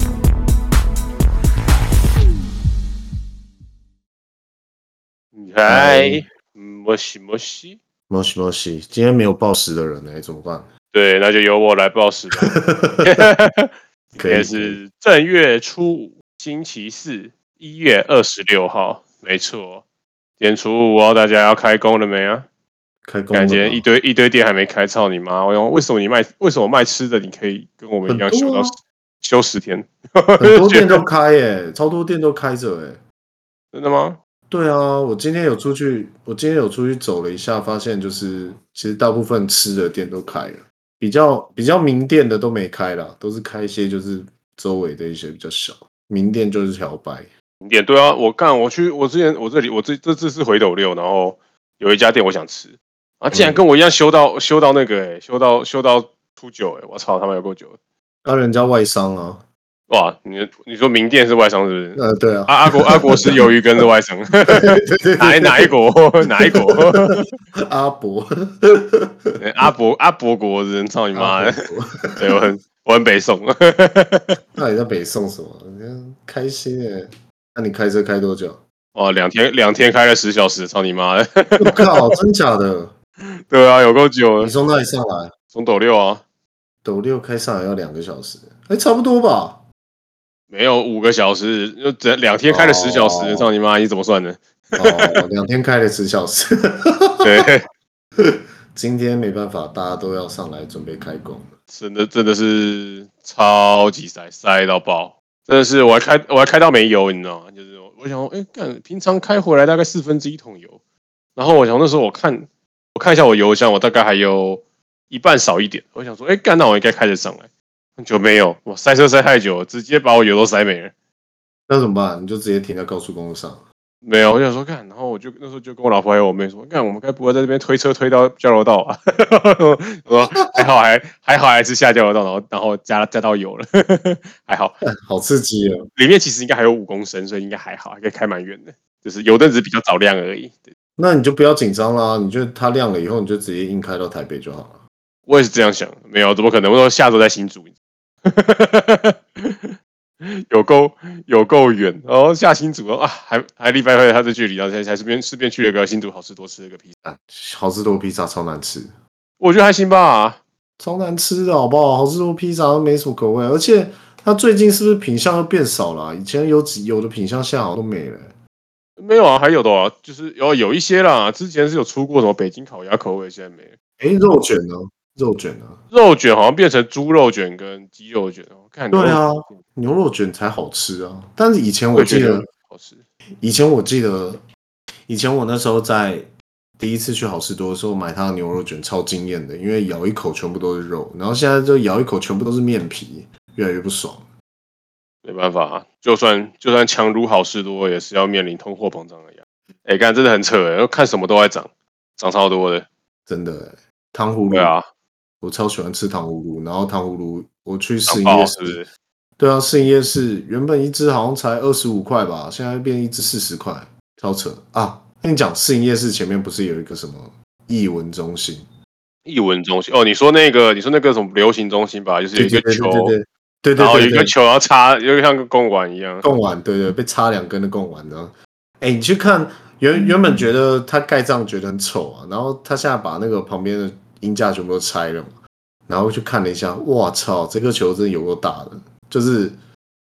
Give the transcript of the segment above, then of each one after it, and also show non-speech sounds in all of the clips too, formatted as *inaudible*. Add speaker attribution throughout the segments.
Speaker 1: 嗨
Speaker 2: 嗨，哎嗯摩西摩西，
Speaker 1: 莫西莫西，今天没有报时的人呢、怎么办？
Speaker 2: 对，那就由我来报时吧。
Speaker 1: *laughs*
Speaker 2: 今
Speaker 1: 可以
Speaker 2: 天是正月初五，星期四，一月二十六号，没错。今天初五哦，大家要开工了没啊？
Speaker 1: 开工了吗
Speaker 2: 感觉一堆一堆店还没开，操你妈！我用为什么你卖为什么卖吃的你可以跟我们一样
Speaker 1: 很多
Speaker 2: 休到
Speaker 1: 啊
Speaker 2: 十休十天？
Speaker 1: 很多店都开耶、超多店都开着哎、
Speaker 2: 真的吗？
Speaker 1: 对啊，我今天有出去，我今天有出去走了一下，发现就是其实大部分吃的店都开了，比较比较名店的都没开啦，都是开一些就是周围的一些比较小名店，就是小白。
Speaker 2: 零点对啊，我干，我去，我之前我这里我这这次是回斗六，然后有一家店我想吃啊，
Speaker 1: 嗯
Speaker 2: 竟然跟我一样修到、修到那个哎、修到修到初九哎、我操他妈有够久的
Speaker 1: 那、人家外商啊，
Speaker 2: 哇！你你说名店是外商是不是？
Speaker 1: 呃，对啊，
Speaker 2: 阿阿国阿国是鱿鱼羹是外
Speaker 1: *laughs*
Speaker 2: 商，哪一哪一国哪一国？
Speaker 1: 阿伯，
Speaker 2: 哎阿伯阿伯国人，操你妈！
Speaker 1: 阿
Speaker 2: 的！ *laughs*
Speaker 1: 伯
Speaker 2: 对我很我很北宋， *laughs*
Speaker 1: 那你在北宋什么？你看开心哎、那你开车开多
Speaker 2: *laughs*
Speaker 1: 久？
Speaker 2: 哇，哦两天两天开了十小时，操你妈！的！ *laughs*
Speaker 1: 我靠，真假的？
Speaker 2: 对啊，有够久
Speaker 1: 你
Speaker 2: 了，
Speaker 1: 从哪里上来？
Speaker 2: 从斗六啊，
Speaker 1: 斗六开上来要两个小时，哎、差不多吧？
Speaker 2: 没有五个小时，就整两天开了十小
Speaker 1: 哦
Speaker 2: 时，操你妈！你怎么算的？ *laughs*
Speaker 1: 哦，两天开了十小时。
Speaker 2: 对，
Speaker 1: 今天没办法，大家都要上来准备开工。
Speaker 2: 真的真的是超级塞塞到爆，真的是我还开我还开到没油，你知道吗？就是我想说，哎、干，平常开回来大概四分之一桶油，然后我想那时候我看我看一下我油箱，我大概还有一半少一点，我想说，哎、干，那我应该开得上来，就没有，我塞车塞太久了，直接把我油都塞没了。
Speaker 1: 那怎么办？你就直接停在高速公路上。
Speaker 2: 没有，我想说干，然后我就那时候就跟我老婆还有我妹说，干，我们该不会在这边推车推到交流道吧？ *laughs* 我说还好还还好还是下交流道，然后然后加加到油了， *laughs* 还好
Speaker 1: 哎好刺激哦！
Speaker 2: 里面其实应该还有五公升，所以应该还好，还可以开蛮远的，就是油灯只是比较早亮而已。对
Speaker 1: 那你就不要紧张啦，你就它亮了以后，你就直接硬开到台北就好了。
Speaker 2: 我也是这样想，没有怎么可能？我说下周在新竹， *laughs* 有够有够远，然后下新竹啊，还还礼拜回他的距离，然后才才顺便顺便去了个新竹好吃多吃了个披萨，
Speaker 1: 啊，好吃多披萨超难吃，
Speaker 2: 我觉得还行吧。
Speaker 1: 超难吃的好不好？好吃多披萨都没什么口味，而且它最近是不是品相又变少了啊、以前有几有的品相现在好像都没了、
Speaker 2: 没有啊，还有的啊，就是有有一些啦，之前是有出过什么北京烤鸭口味，现在没了。
Speaker 1: 哎、肉卷呢？肉卷呢？
Speaker 2: 肉卷好像变成猪肉卷跟鸡肉卷哦，看
Speaker 1: 对啊，牛肉卷才好吃啊！但是以前我
Speaker 2: 我
Speaker 1: 记
Speaker 2: 觉
Speaker 1: 得
Speaker 2: 得好吃。
Speaker 1: 以前我记得，以前我那时候在第一次去好事多的时候买它的牛肉卷，超惊艳的，因为咬一口全部都是肉，然后现在就咬一口全部都是面皮，越来越不爽。
Speaker 2: 没办法、啊，就算就算强如好事多，也是要面临通货膨胀的压力。哎、干真的很扯、欸，看什么都在涨，涨超多的。
Speaker 1: 真的、欸，糖葫芦，
Speaker 2: 对啊，
Speaker 1: 我超喜欢吃糖葫芦。然后糖葫芦，我去试
Speaker 2: 涨
Speaker 1: 营
Speaker 2: 爆
Speaker 1: 夜
Speaker 2: 是不
Speaker 1: 市，
Speaker 2: 是？
Speaker 1: 对啊，试营夜市原本一只好像才二十五块吧，现在变一只四十块，超扯啊！跟你讲，试营夜市前面不是有一个什么艺文中心？
Speaker 2: 艺文中心哦，你说那个你说那个什么流行中心吧，就是有一
Speaker 1: 对
Speaker 2: 个
Speaker 1: 对
Speaker 2: 球
Speaker 1: 对，对对对对对，
Speaker 2: 然后有一
Speaker 1: 对
Speaker 2: 个球，然后插，有点像个公碗一样。
Speaker 1: 贡丸，对对，被插两根的贡丸呢。哎，你去看，原原本觉得他盖章觉得很丑啊，然后他现在把那个旁边的音架全部都拆了嘛，然后去看了一下，哇操，这个球真的有够大的，就是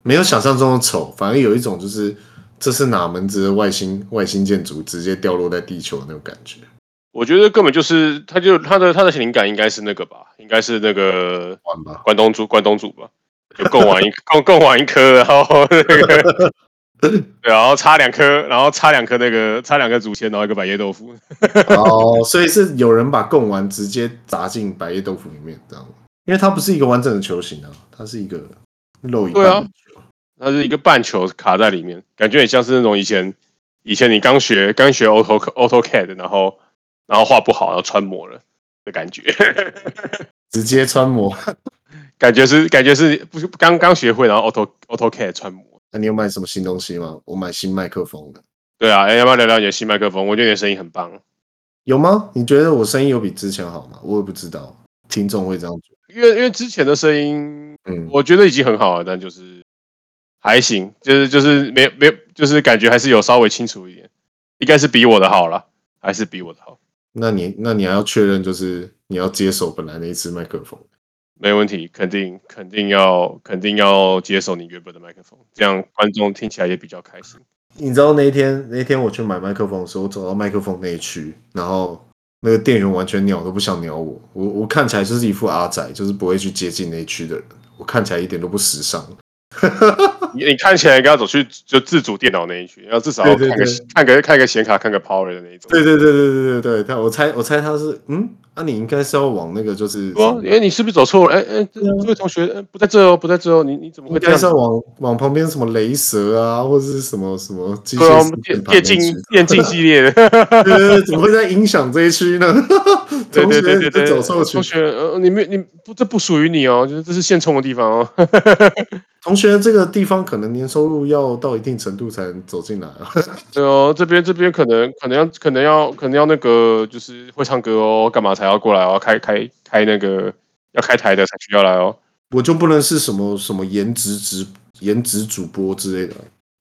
Speaker 1: 没有想象中的丑，反而有一种就是这是哪门子的外星外星建筑直接掉落在地球的那种感觉。
Speaker 2: 我觉得根本就是，他就他的他的灵感应该是那个吧，应该是那个
Speaker 1: 玩吧，
Speaker 2: 关东煮关东煮吧，就贡丸一 *laughs* 贡贡丸一颗，然后那个对，啊然后插两颗，然后插两颗那个插两颗竹签，然后一个百叶豆腐，
Speaker 1: *laughs* 哦，所以是有人把贡丸直接砸进百叶豆腐里面，这样，因为它不是一个完整的球形啊，它是一个露一半
Speaker 2: 对啊
Speaker 1: 的球。
Speaker 2: 它是一个半球卡在里面，感觉很像是那种以前以前你刚学刚学 Auto AutoCAD，然后然后画不好，然后穿模了的感觉， *laughs*
Speaker 1: 直接穿模。 *laughs*
Speaker 2: 感觉是感觉是不是刚刚学会，然后 Auto AutoCAD 穿模。
Speaker 1: 那你有买什么新东西吗？我买新麦克风了，
Speaker 2: 对啊，哎、要不要聊聊你的新麦克风？我觉得你的声音很棒，
Speaker 1: 有吗？你觉得我声音有比之前好吗？我也不知道，听众会这样觉得。
Speaker 2: 因为因为之前的声音
Speaker 1: 嗯，
Speaker 2: 我觉得已经很好了，但就是还行，就是就是没没就是感觉还是有稍微清楚一点，应该是比我的好了，还是比我的好，
Speaker 1: 那你那你还要确认，就是你要接手本来那一支麦克风。
Speaker 2: 没问题，肯定肯定要肯定要接受你原本的麦克风，这样观众听起来也比较开心。
Speaker 1: 你知道那一天那一天我去买麦克风的时候，我走到麦克风那一区，然后那个店员完全鸟都不想鸟我，我我看起来就是一副阿仔，就是不会去接近那一区的人，我看起来一点都不时尚。
Speaker 2: 你你看起来应该要走去就自主电脑那一区，要至少
Speaker 1: 对对
Speaker 2: 看个
Speaker 1: 对
Speaker 2: 看个看个显卡，看个 power 的那一种。
Speaker 1: 对对对对对对对，他我猜我猜他是嗯，那、你应该是要往那个就是
Speaker 2: 说，哎、你是不是走错了？哎、哎、这
Speaker 1: 啊
Speaker 2: 这位同学、哎不在这哦，不在这哦，你你怎么
Speaker 1: 应
Speaker 2: 会这
Speaker 1: 该
Speaker 2: 样
Speaker 1: 是？要往往旁边什么雷蛇啊，或者是什么什么机
Speaker 2: 对啊，我
Speaker 1: 械
Speaker 2: 们
Speaker 1: 键
Speaker 2: 电
Speaker 1: 盘那
Speaker 2: 电
Speaker 1: 一区
Speaker 2: 竞
Speaker 1: *laughs*
Speaker 2: *laughs* 电竞系列的，
Speaker 1: 对对对，怎么会在音响这一区呢？*laughs*
Speaker 2: 对
Speaker 1: 同
Speaker 2: 对对
Speaker 1: 学
Speaker 2: 对
Speaker 1: 是
Speaker 2: 对，
Speaker 1: 走错
Speaker 2: 同
Speaker 1: 群，
Speaker 2: 学，呃，你没你不这不属于你哦，就是这是现充的地方哦。 *laughs*
Speaker 1: 同学这个地方可能年收入要到一定程度才能走进来啊。 *laughs*
Speaker 2: 对哦，这边这边可能可能要可能要可能要那个就是会唱歌哦，干嘛才要过来哦？开开开那个要开台的才需要来哦。
Speaker 1: 我就不能是什么什么颜值直颜值主播之类的。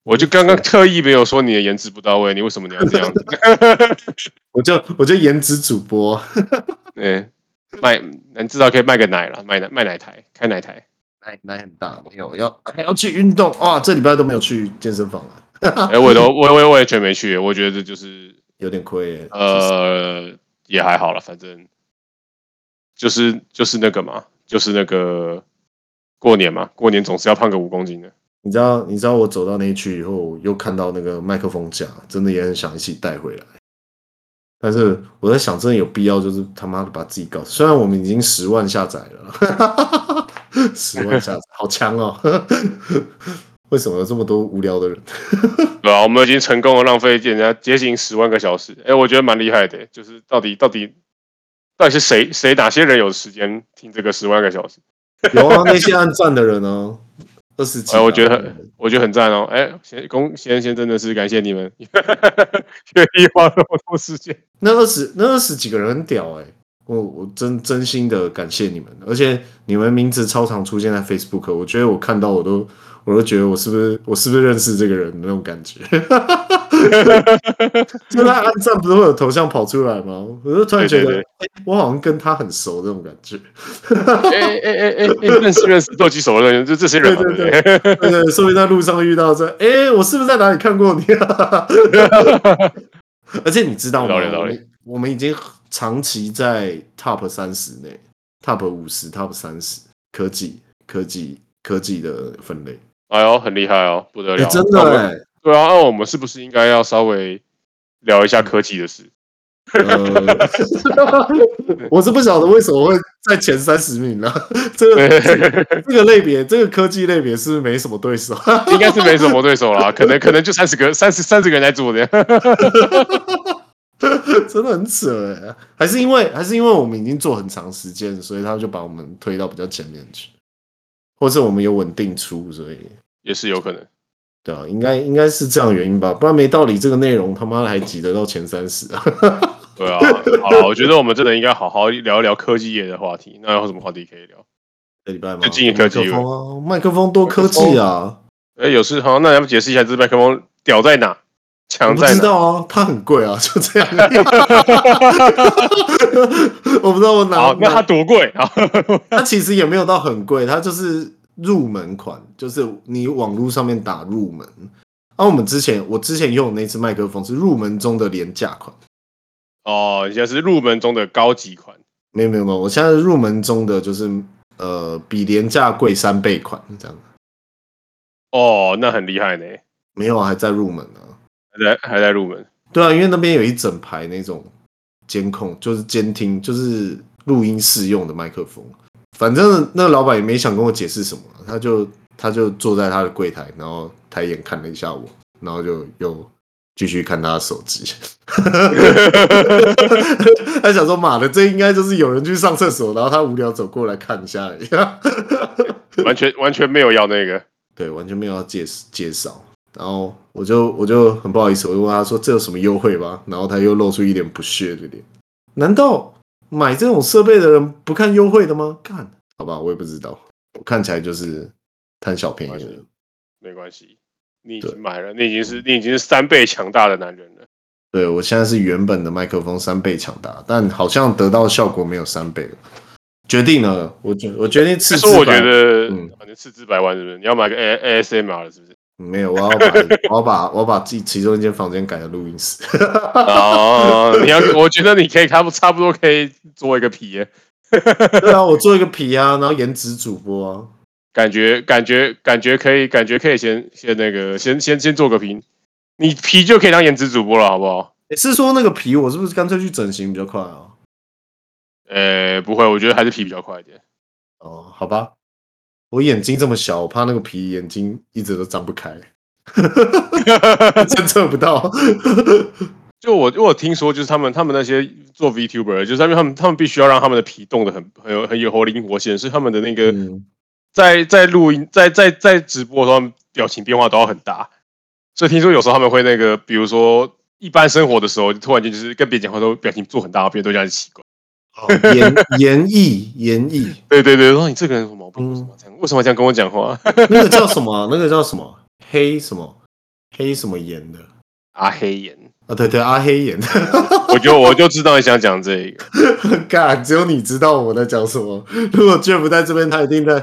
Speaker 2: 我就刚刚特意没有说你的颜值不到位，你为什么你要这样子？ *laughs*
Speaker 1: 我就我就颜值主播，
Speaker 2: 嗯，卖，你至少可以卖个奶了，卖奶卖奶台，开奶
Speaker 1: *laughs*
Speaker 2: 台。
Speaker 1: 奶奶很大，没有要还要去运动哇！这礼拜都没有去健身房了，
Speaker 2: 哎、我也都我我我也全没去，我觉得就是
Speaker 1: 有点亏、欸。其实，
Speaker 2: 呃，也还好了，反正就是就是那个嘛，就是那个过年嘛，过年总是要胖个五公斤的。
Speaker 1: 你知道你知道我走到那一区以后，我又看到那个麦克风架，真的也很想一起带回来。但是我在想，真的有必要就是他妈的把自己搞死？虽然我们已经十万下载了， *laughs* 十万下载好强哦！ *laughs* 为什么有这么多无聊的人？
Speaker 2: 对啊，我们已经成功的浪费人家接近十万个小时，哎、我觉得蛮厉害的、就是到底到底到底是谁谁哪些人有时间听这个十万个小时？
Speaker 1: 有啊，那些按赞的人哦，二十几、
Speaker 2: 哎我觉得很我觉得很赞哦、哎、先恭先先真的是感谢你们 *laughs* 愿意花那么多时间。
Speaker 1: 那二十那二十几个人很屌哎、我我真真心的感谢你们，而且你们名字超常出现在 Facebook，我觉得我看到我都我都觉得我是不是我是不是认识这个人的那种感觉。 *laughs* 就他按赞不是会有头像跑出来吗？我就突然觉得，
Speaker 2: 对对
Speaker 1: 哎我好像跟他很熟那种感觉。
Speaker 2: 哎哎哎 *laughs* 哎哎，认识认识，斗鸡手的人，就这些人嘛，
Speaker 1: 对对
Speaker 2: 对不对？
Speaker 1: 对对，说明在路上遇到这，哎、我是不是在哪里看过你啊？ *laughs* 而且你知道吗？
Speaker 2: 有道理有道
Speaker 1: 我
Speaker 2: 理
Speaker 1: 们我们已经长期在 Top 三十内，Top 五十、Top 三十科技、科技、科技的分类，
Speaker 2: 哎呦，很厉害哦，不得
Speaker 1: 哎、
Speaker 2: 了！
Speaker 1: 真
Speaker 2: 那我
Speaker 1: 的
Speaker 2: 们
Speaker 1: 哎、
Speaker 2: 对啊，那我们是不是应该要稍微聊一下科技的事？
Speaker 1: 呃， *laughs* 我是不晓得为什么会在前三十名呢、 *laughs* 这个这个这个类别，这个科技类别是不是没什么对手？
Speaker 2: 应该是没什么对手啦，可能可能就三十个三十三十个人来组的。
Speaker 1: 真的很扯哎、还是因为还是因为我们已经做很长时间，所以他就把我们推到比较前面去，或是我们有稳定出，所以
Speaker 2: 也是有可能。
Speaker 1: 对啊，应该应该是这样原因吧，不然没道理这个内容他妈的还挤得到前三十啊！ *laughs*
Speaker 2: 对啊，好了，我觉得我们真的应该好好聊一聊科技业的话题。那有什么话题可以聊？
Speaker 1: 这礼拜吗？
Speaker 2: 就进
Speaker 1: 麦
Speaker 2: 科
Speaker 1: 克
Speaker 2: 技
Speaker 1: 风啊，麦克风多科技啊！
Speaker 2: 哎，有事好，那咱们解释一下这麦克风屌在哪，
Speaker 1: 我
Speaker 2: 强
Speaker 1: 不
Speaker 2: 在
Speaker 1: 知
Speaker 2: 哪？
Speaker 1: 道啊，它很贵啊，就这样。 *laughs* 我不知道我哪
Speaker 2: 好，那它
Speaker 1: 哪，
Speaker 2: 多贵啊？
Speaker 1: *laughs* 它其实也没有到很贵，它就是入门款，就是你网络上面打入门。啊，我们之前我之前用的那只麦克风是入门中的廉价款，
Speaker 2: 哦，现在是入门中的高级款。
Speaker 1: 没有没有没有，我现在是入门中的就是呃比廉价贵三倍款这样，
Speaker 2: 哦，那很厉害呢，
Speaker 1: 没有啊，还在入门啊。
Speaker 2: 还在还在入门。
Speaker 1: 对啊，因为那边有一整排那种监控，就是监听，就是录音室用的麦克风。反正那个老板也没想跟我解释什么，他就他就坐在他的柜台，然后抬眼看了一下我，然后就又继续看他的手机。 *laughs* 他想说：“妈的，这应该就是有人去上厕所，然后他无聊走过来看一下而已。
Speaker 2: 完全完全没有要那个，
Speaker 1: 对，完全没有要介介绍。然后我就我就很不好意思，我就问他说：“这有什么优惠吗？”然后他又露出一脸不屑的脸。难道买这种设备的人不看优惠的吗？看，好吧，我也不知道。我看起来就是贪小便宜的人。
Speaker 2: 没关系，你已
Speaker 1: 对
Speaker 2: 经买了，你已经是你已经是三倍强大的男人了。
Speaker 1: 对我现在是原本的麦克风三倍强大，但好像得到的效果没有三倍了。决定了，我决我决定次
Speaker 2: 但
Speaker 1: 次
Speaker 2: 是我
Speaker 1: 版
Speaker 2: 觉得，
Speaker 1: 嗯
Speaker 2: 反正斥资百万是不是？你要买个 A ASMR 了是不
Speaker 1: *laughs*
Speaker 2: 是？
Speaker 1: 没有，我要把 *laughs* 我要把我要把自己其中一间房间改成录音室。 *laughs*
Speaker 2: 哦，你要，我觉得你可以差不差不多可以做一个皮耶，
Speaker 1: 对啊，我做一个皮啊，然后颜值主播啊，
Speaker 2: 感觉感觉感觉可以，感觉可以先先那个先先先做个皮，你皮就可以当颜值主播了，好不好？
Speaker 1: 诶是说那个皮我是不是干脆去整形比较快啊？
Speaker 2: 呃，不会，我觉得还是皮比较快一点。
Speaker 1: 哦，好吧，我眼睛这么小，我怕那个皮眼睛一直都张不开，侦测不
Speaker 2: *laughs*
Speaker 1: 到。
Speaker 2: 就我我有听说，就是他们他们那些做 VTuber，就是因为他们他们必须要让他们的皮动得很很有很有活灵活现，所以他们的那个、
Speaker 1: 嗯
Speaker 2: 在在录音在在在直播的时候，他们表情变化都要很大。所以听说有时候他们会那个，比如说一般生活的时候，突然间就是跟别人讲话都表情做很大，别人都觉得很奇怪。
Speaker 1: 哦演演绎演绎，
Speaker 2: 对对对，说你这个人有什么毛病？
Speaker 1: 嗯
Speaker 2: 为什么这样？为什么这样跟我讲 *laughs* 话？
Speaker 1: 那个叫什么啊？那个叫什么？黑什么？黑什么眼的？
Speaker 2: 阿黑眼，
Speaker 1: 啊，对对，阿黑眼。 *laughs*
Speaker 2: 我就我就知道你想讲这个。
Speaker 1: 干，只有你知道我在讲什么。如果 Jeff 在这边，他一定在，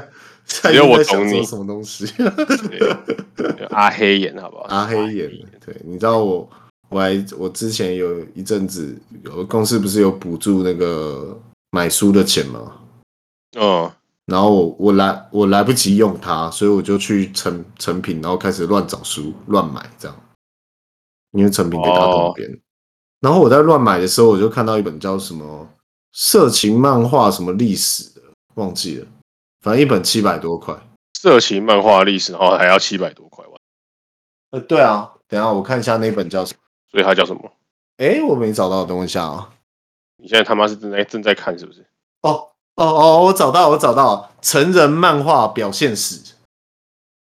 Speaker 1: 他一
Speaker 2: 只有
Speaker 1: 定
Speaker 2: 我
Speaker 1: 在想
Speaker 2: 懂
Speaker 1: 说
Speaker 2: 你
Speaker 1: 什么东西。
Speaker 2: 对对阿黑眼，好不好？
Speaker 1: 阿黑眼，对，你知道我，我还我之前有一阵子，有公司不是有补助那个买书的钱吗？
Speaker 2: 嗯，
Speaker 1: 然后我我来我来不及用它，所以我就去成成品，然后开始乱找书乱买这样，因为成品给他
Speaker 2: 哦
Speaker 1: 统编。然后我在乱买的时候，我就看到一本叫什么色情漫画什么历史的，忘记了，反正一本七百多块。
Speaker 2: 色情漫画历史，然后还要七百多块吧？
Speaker 1: 呃，对啊，等一下我看一下那本叫什么。
Speaker 2: 所以它叫什么？
Speaker 1: 哎，我没找到，等我一下啊。
Speaker 2: 你现在他妈是正在正在看是不是？
Speaker 1: 哦哦哦，我找到，我找到成人漫画表现史。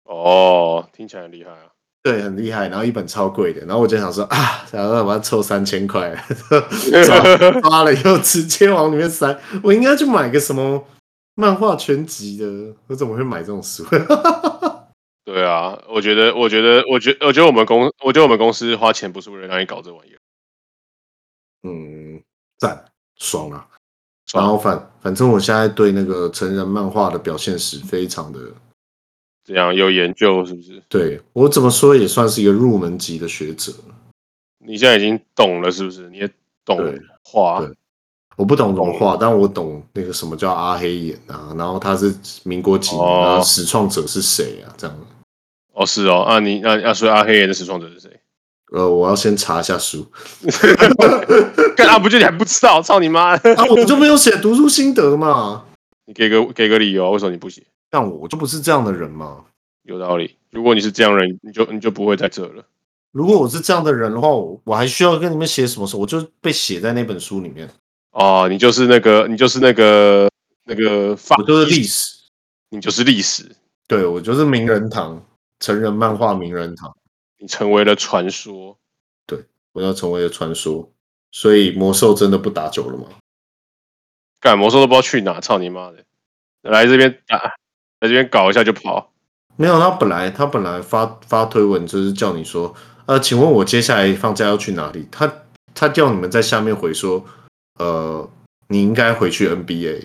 Speaker 2: 哦，听起来很厉害啊！
Speaker 1: 对，很厉害，然后一本超贵的，然后我就想说啊，然后我要凑三千块，抓抓了以后直接往里面塞。我应该去买个什么漫画全集的，我怎么会买这种书？ *laughs*
Speaker 2: 对啊，我觉得，我觉得，我觉我觉得我们公，我觉得我们公司花钱不是为了让你搞这玩意儿，
Speaker 1: 嗯，赞，爽啊！
Speaker 2: 爽
Speaker 1: 然后反反正我现在对那个成人漫画的表现史非常的，
Speaker 2: 这样有研究是不是？
Speaker 1: 对我怎么说也算是一个入门级的学者。
Speaker 2: 你现在已经懂了是不是？你也懂
Speaker 1: 对
Speaker 2: 画
Speaker 1: 对我不懂融化，但我懂那个什么叫阿黑眼啊，然后他是民国几年，
Speaker 2: 哦
Speaker 1: 然后始创者是谁啊？这样，
Speaker 2: 哦，是哦，啊你啊啊，所以阿黑人的始创者是谁？ *laughs*
Speaker 1: 呃，我要先查一下书
Speaker 2: 干啊，不就你还不知道？操你妈！
Speaker 1: 啊，我就没有写读书心得嘛，
Speaker 2: 你给个给个理由，啊为什么你不写？
Speaker 1: 但我就不是这样的人嘛。
Speaker 2: 有道理。如果你是这样人，你就你就不会在这了。
Speaker 1: 如果我是这样的人的话，我我还需要跟你们写什么书？我就被写在那本书里面，
Speaker 2: 哦，你就是那个，你就是那个那个法，
Speaker 1: 我就是历史，
Speaker 2: 你就是历史，
Speaker 1: 对我就是名人堂成人漫画名人堂，
Speaker 2: 你成为了传说。
Speaker 1: 我要成为了传说。所以魔兽真的不打久了吗？
Speaker 2: 干魔兽都不知道去哪，操你妈的！来这边打，来这边搞一下就跑。
Speaker 1: 没有，他本来他本来发发推文就是叫你说，呃，请问我接下来放假要去哪里？他他叫你们在下面回说，呃，你应该回去 NBA。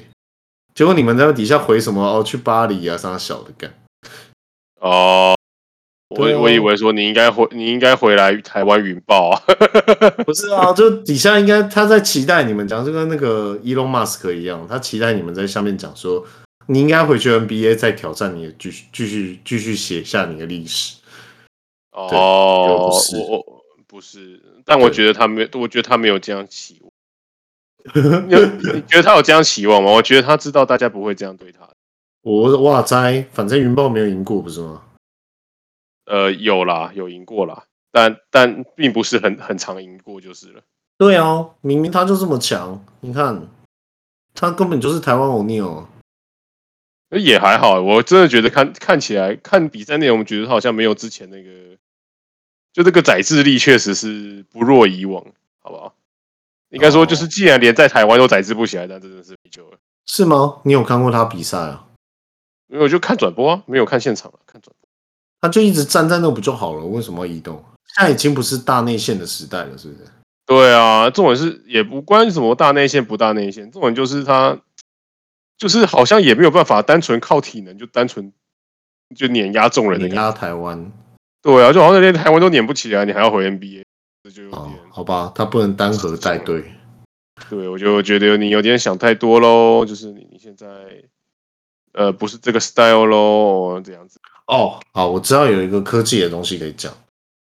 Speaker 1: 结果你们在底下回什么？哦，去巴黎啊，啥小的干。
Speaker 2: 哦，我
Speaker 1: 对啊
Speaker 2: 我以为说你应该回，你应该回来台湾云豹啊。
Speaker 1: 不是啊，就底下应该他在期待你们讲，就跟那个 Elon Musk 一样，他期待你们在下面讲说，你应该回去 NBA 再挑战你的，继续继续继续写下你的历史。
Speaker 2: 哦，
Speaker 1: 不是
Speaker 2: 我我不是，但我
Speaker 1: 对
Speaker 2: 觉得他没，我觉得他没有这样
Speaker 1: *laughs*
Speaker 2: 期望。你有你觉得他有这样期望吗？我觉得他知道大家不会这样对他。
Speaker 1: 我哇塞，反正云豹没有赢过，不是吗？
Speaker 2: 呃，有啦，有赢过啦，但但并不是很很常赢过就是了。
Speaker 1: 对啊，明明他就这么强，你看他根本就是台湾啊欧尼尔。
Speaker 2: 那呃也还好，我真的觉得看看起来看比赛内容，觉得他好像没有之前那个，就这个载智力确实是不若以往，好不好？应
Speaker 1: 哦
Speaker 2: 该说就是，既然连在台湾都载智不起来，那真的是没救了。
Speaker 1: 是吗？你有看过他比赛啊？
Speaker 2: 因为我就看转播啊，没有看现场啊，看转播。
Speaker 1: 他就一直站在那不就好了？为什么要移动？现在已经不是大内线的时代了，是不是？
Speaker 2: 对啊，这种是也不关什么大内线不大内线，这种就是他就是好像也没有办法单纯靠体能就单纯就碾压众人的
Speaker 1: 碾
Speaker 2: 感
Speaker 1: 压
Speaker 2: 觉。
Speaker 1: 台湾
Speaker 2: 对啊，就好像连台湾都碾不起来，你还要回 NBA，这就有点
Speaker 1: 哦，好吧，他不能单核带队。
Speaker 2: 对，我就觉得你有点想太多喽，就是你你现在呃不是这个 style 喽，这样子。
Speaker 1: 哦，好，我知道有一个科技的东西可以讲。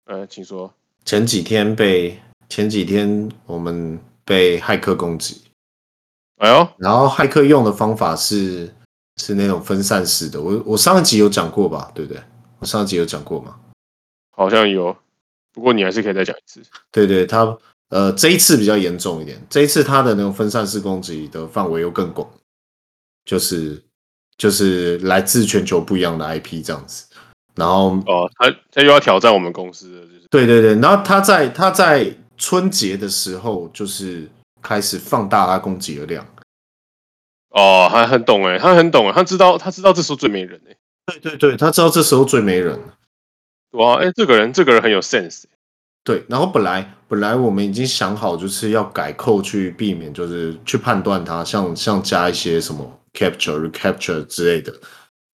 Speaker 2: 呃，请说。
Speaker 1: 前几天被前几天我们被骇客攻击，
Speaker 2: 哎呦，
Speaker 1: 然后骇客用的方法是是那种分散式的。我我上一集有讲过吧？对不对？我上一集有讲过吗？
Speaker 2: 好像有，不过你还是可以再讲一次。
Speaker 1: 对对，他呃这一次比较严重一点，这一次他的那种分散式攻击的范围又更广，就是就是来自全球不一样的 IP 这样子。然后
Speaker 2: 哦，他他又要挑战我们公司了，就是
Speaker 1: 对对对，然后他在他在春节的时候就是开始放大他攻击的量。
Speaker 2: 哦，他很懂哎，他很懂哎，他知道他知道这时候最没人哎，
Speaker 1: 对对对，他知道这时候最没人。
Speaker 2: 哇哎，这个人这个人很有 sense 欸
Speaker 1: 对，然后本来本来我们已经想好就是要改扣去避免，就是去判断它，像像加一些什么 capture、recapture 之类的，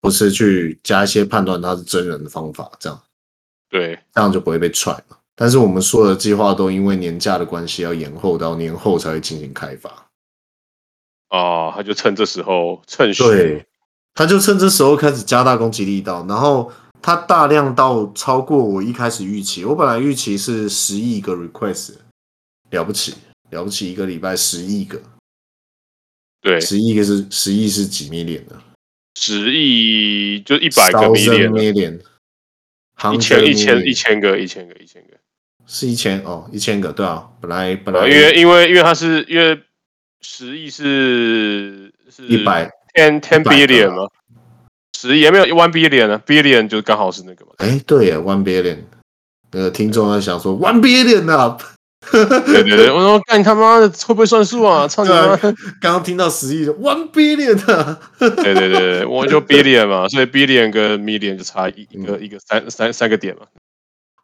Speaker 1: 不是去加一些判断它是真人的方法，这样
Speaker 2: 对，
Speaker 1: 这样就不会被踹嘛。但是我们所有的计划都因为年假的关系，要延后到年后才会进行开发。
Speaker 2: 哦，他就趁这时候趁虚，
Speaker 1: 对，他就趁这时候开始加大攻击力道，然后他大量到超过我一开始预期，我本来预期是十亿个 request，了不起，了不起，一个礼拜十亿个，
Speaker 2: 对，
Speaker 1: 十亿个是十亿是几 million 呢？
Speaker 2: 十亿就一百个
Speaker 1: Thousand
Speaker 2: million，
Speaker 1: million，
Speaker 2: 一千一
Speaker 1: Hundred
Speaker 2: 千
Speaker 1: million
Speaker 2: 一千个一千个一千个。
Speaker 1: 是一千哦，一千个对啊，本来本
Speaker 2: 呃，
Speaker 1: 来
Speaker 2: 因为因为因为它是因为十亿是是
Speaker 1: 一百，
Speaker 2: ten
Speaker 1: 100
Speaker 2: ten
Speaker 1: 个，
Speaker 2: billion 嘛，十亿也没有 one billion 啊，billion 就刚好是那个嘛 *laughs*
Speaker 1: 哎对耶，one billion，那个听众在想说 one billion 啊，
Speaker 2: 对对对，我说干你他妈的会不会算数啊？操你妈！
Speaker 1: 对刚刚听到十亿，one billion 啊。
Speaker 2: 对对对对，我就 billion 嘛，所以 billion 跟 million 就差一一
Speaker 1: 嗯
Speaker 2: 个一个三三三个点嘛，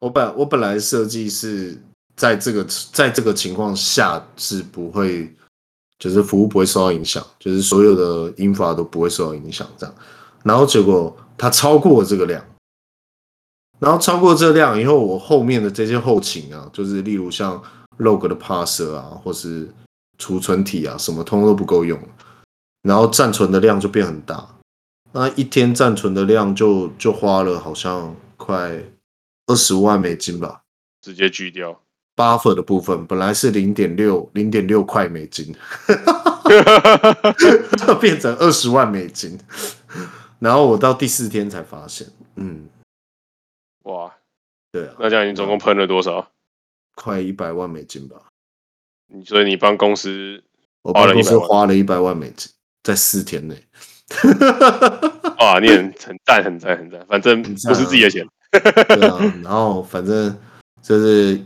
Speaker 1: 我本我本来设计是在这个在这个情况下是不会，就是服务不会受到影响，就是所有的 infra 都不会受到影响这样。然后结果它超过了这个量，然后超过这量以后，我后面的这些后勤啊，就是例如像 log 的 parser 啊，或是储存体啊，什么通通都不够用，然后暂存的量就变很大。那一天暂存的量就就花了好像快二十万美金吧。
Speaker 2: 直接锯掉。 *laughs*
Speaker 1: buffer 的部分本来是零点六零点六块美金， *laughs* 变成二十万美金。然后我到第四天才发现，嗯，
Speaker 2: 哇，
Speaker 1: 对啊，
Speaker 2: 那这样你总共喷了多少？
Speaker 1: 快一百万美金吧。
Speaker 2: 你所以你帮公司
Speaker 1: 我
Speaker 2: 花
Speaker 1: 办
Speaker 2: 了
Speaker 1: 公
Speaker 2: 100
Speaker 1: 室
Speaker 2: 万
Speaker 1: 花了一百万美金，在四天内。
Speaker 2: 啊，你很很赞很赞很赞，反正
Speaker 1: 很赞
Speaker 2: 不
Speaker 1: 啊
Speaker 2: 是自己的钱。
Speaker 1: 对啊，然后反正就是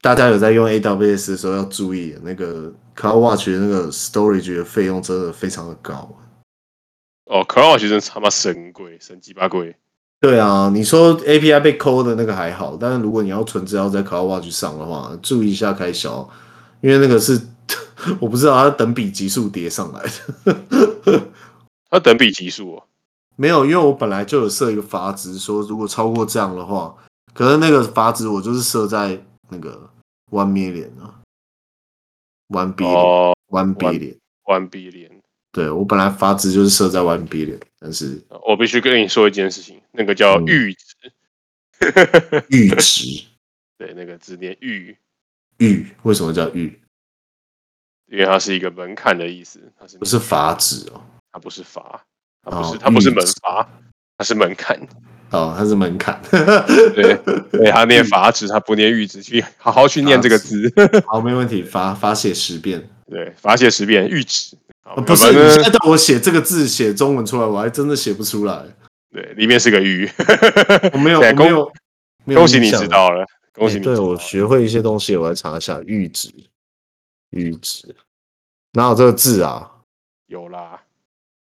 Speaker 1: 大家有在用 AWS 的时候要注意，那个 Cloud Watch 的那个 storage 的费用真的非常的高。
Speaker 2: 哦 c r o w 其实他妈神贵，神鸡巴贵。
Speaker 1: 对啊，你说 API 被抠的那个还好，但是如果你要存资料在 Cloud Watch 上的话，注意一下开销，因为那个是 *laughs* 我不知道它等比级数叠上来的。 *laughs*
Speaker 2: 它等比级数哦，
Speaker 1: 没有，因为我本来就有设一个阀值，说如果超过这样的话，可是那个阀值我就是设在那个 one million 啊，one billion，one
Speaker 2: 哦
Speaker 1: billion。
Speaker 2: ，one billion。
Speaker 1: 对我本来阀值就是设在 one billion，但是
Speaker 2: 哦我必须跟你说一件事情，那个叫
Speaker 1: 嗯
Speaker 2: 阈值，
Speaker 1: 阈值
Speaker 2: *laughs* 对，那个字念阈，
Speaker 1: 阈为什么叫阈？
Speaker 2: 因为它是一个门槛的意思，它是
Speaker 1: 不是阀值哦。
Speaker 2: 它不是罚，它不是
Speaker 1: 哦
Speaker 2: 它不是
Speaker 1: 嗯
Speaker 2: 门阀，它是门槛。
Speaker 1: 哦，它是门槛。
Speaker 2: 对，对他念法旨，他不念谕旨，去好好去念这个字。
Speaker 1: *laughs*
Speaker 2: *laughs*
Speaker 1: 好，没问题，罚罚写十遍。
Speaker 2: 对，法写十遍，谕旨。好
Speaker 1: 哦、不是，
Speaker 2: 反
Speaker 1: 你
Speaker 2: 正
Speaker 1: 现在叫我写这个字写中文出来，我还真的写不出来。
Speaker 2: 对，里面是个玉。
Speaker 1: 我没有，我
Speaker 2: *laughs* 对
Speaker 1: 没
Speaker 2: 恭
Speaker 1: 有，没有
Speaker 2: 恭喜
Speaker 1: 印
Speaker 2: 你
Speaker 1: 象
Speaker 2: 知。道了，恭喜
Speaker 1: 哎
Speaker 2: 你知
Speaker 1: 对
Speaker 2: 道
Speaker 1: 我
Speaker 2: 了
Speaker 1: 学会一些东西，我来查一下阈值，阈值哪有这个字啊？
Speaker 2: 有啦，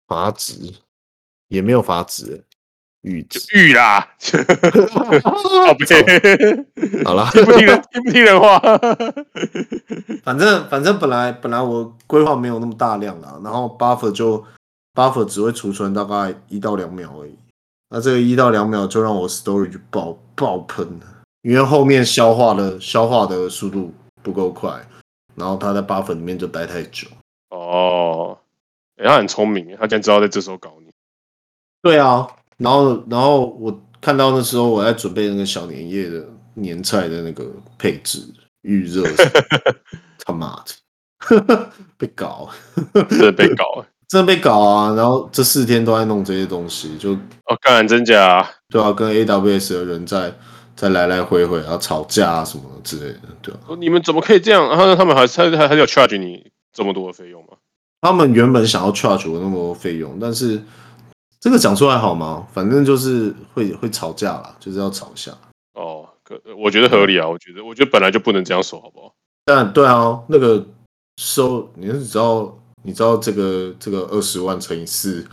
Speaker 1: 阀值也没有阀值，阈
Speaker 2: *laughs* 就
Speaker 1: 值。*laughs*
Speaker 2: 玉啦。宝贝，
Speaker 1: 好
Speaker 2: *laughs*
Speaker 1: 了，
Speaker 2: 听不听人 *laughs* 听不听人话？ *laughs*
Speaker 1: 反正反正本来本来我规划没有那么大量啦，然后 buffer 就 buffer 只会储存大概一到两秒而已，那这个一到两秒就让我 storage 爆爆喷了，因为后面消化的消化的速度不够快，然后它在 buffer 里面就待太久。
Speaker 2: 哦，哎他很聪明，他竟然知道在这时候搞你。
Speaker 1: 对啊，然后然后我看到那时候我在准备那个小年夜的年菜的那个配置预 *laughs* 热什么，他妈的 *laughs* 被搞。
Speaker 2: 真的被搞 *laughs* 了。
Speaker 1: 真的被搞啊！然后这四天都在弄这些东西，就
Speaker 2: 哦，干真假？
Speaker 1: 对啊，跟 AWS 的人在在来来回回，然后吵架啊什么的之类的，对啊。
Speaker 2: 你们怎么可以这样？然后他们还他他还有 charge 你这么多的费用吗？
Speaker 1: 他们原本想要 charge 我那么多费用，但是这个讲出来好吗？反正就是会会吵架啦，就是要吵一下。
Speaker 2: 哦，可我觉得合理啊，我觉得我觉得本来就不能这样说，好不好？
Speaker 1: 但对啊，那个收你是知道，你知道这个这个二十万乘以四，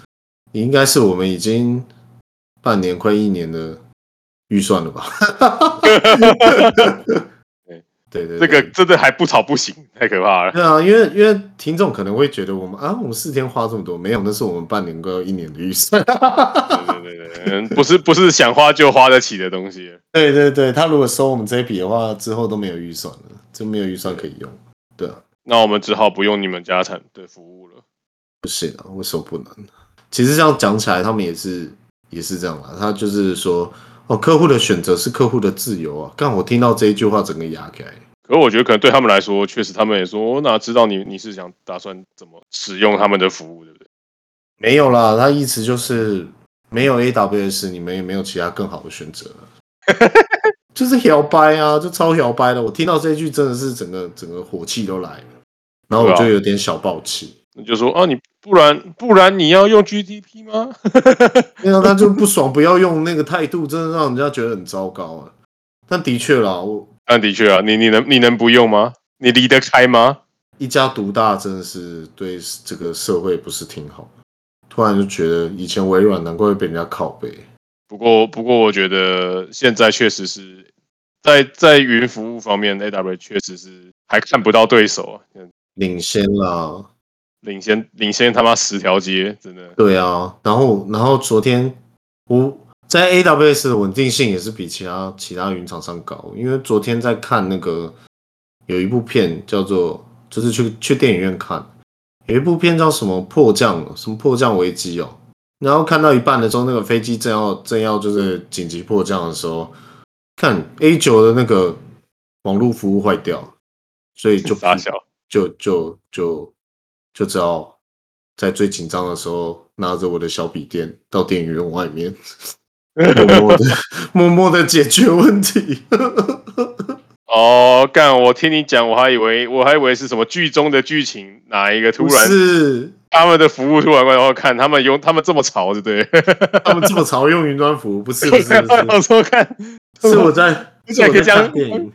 Speaker 1: 你应该是我们已经半年快一年的预算了吧？ *laughs* 对对对，
Speaker 2: 这个真的还不吵不行，太可
Speaker 1: *laughs*
Speaker 2: 怕了。
Speaker 1: 对啊，因为因为听众可能会觉得我们啊，我们四天花这么多，没有，那是我们半年快要一年的预算。
Speaker 2: 对对对对，嗯不是不是想花就花得起的东西。
Speaker 1: *laughs* 对对对，他如果收我们这一笔的话，之后都没有预算了，就没有预算可以用。对啊，
Speaker 2: 那我们只好不用你们家产的服务了。
Speaker 1: 不行啊，为什么不能？其实这样讲起来，他们也是也是这样啦。他就是说，哦，客户的选择是客户的自由啊。刚我听到这一句话，整个牙开。
Speaker 2: 可是我觉得可能对他们来说，确实他们也说，我哪知道你你是想打算怎么使用他们的服务，对不对？
Speaker 1: 没有啦，他意思就是没有 AWS，你们也没有其他更好的选择了， *laughs* 就是摇摆啊，就超摇摆的。我听到这一句真的是整个整个火气都来了，然后我就有点小暴气，
Speaker 2: 那就说啊，你不然不然你要用 GDP 吗？ *laughs*
Speaker 1: 因为他就不爽，不要用那个态度，真的让人家觉得很糟糕啊。但的确啦，我
Speaker 2: 但的确啊，你你能你能不用吗？你离得开吗？
Speaker 1: 一家独大真的是对这个社会不是挺好。突然就觉得以前微软难怪会被人家拷贝，
Speaker 2: 不过不过，我觉得现在确实是在在云服务方面，AW 确实是还看不到对手啊，
Speaker 1: 领先啊啦，
Speaker 2: 领先领先他妈十条街，真的。
Speaker 1: 对啊，然后然后昨天我在 AWS 的稳定性也是比其他其他云厂商高，因为昨天在看那个有一部片叫做，就是去去电影院看，有一部片叫什么迫降，什么迫降危机哦，然后看到一半的时候，那个飞机正要正要就是紧急迫降的时候，看 A 九的那个网络服务坏掉，所以就
Speaker 2: *laughs* 傻小，
Speaker 1: 就就就就只好在最紧张的时候，拿着我的小笔电到电影院外
Speaker 2: *laughs*
Speaker 1: 面，默默的默默的解决问题。
Speaker 2: 哦，干！我听你讲，我还以为我还以为是什么剧中的剧情，哪一个突
Speaker 1: 不
Speaker 2: 然
Speaker 1: 是
Speaker 2: 他们的服务突然然后看他们用他们这么潮，对不对？
Speaker 1: 他们这么常用云端服务，不是不是不
Speaker 2: 我 *laughs*
Speaker 1: 是，
Speaker 2: 说看，
Speaker 1: 是我在
Speaker 2: *laughs* 你
Speaker 1: 是
Speaker 2: 怎么
Speaker 1: 我在
Speaker 2: 可以这样
Speaker 1: 看电
Speaker 2: *laughs*
Speaker 1: 影。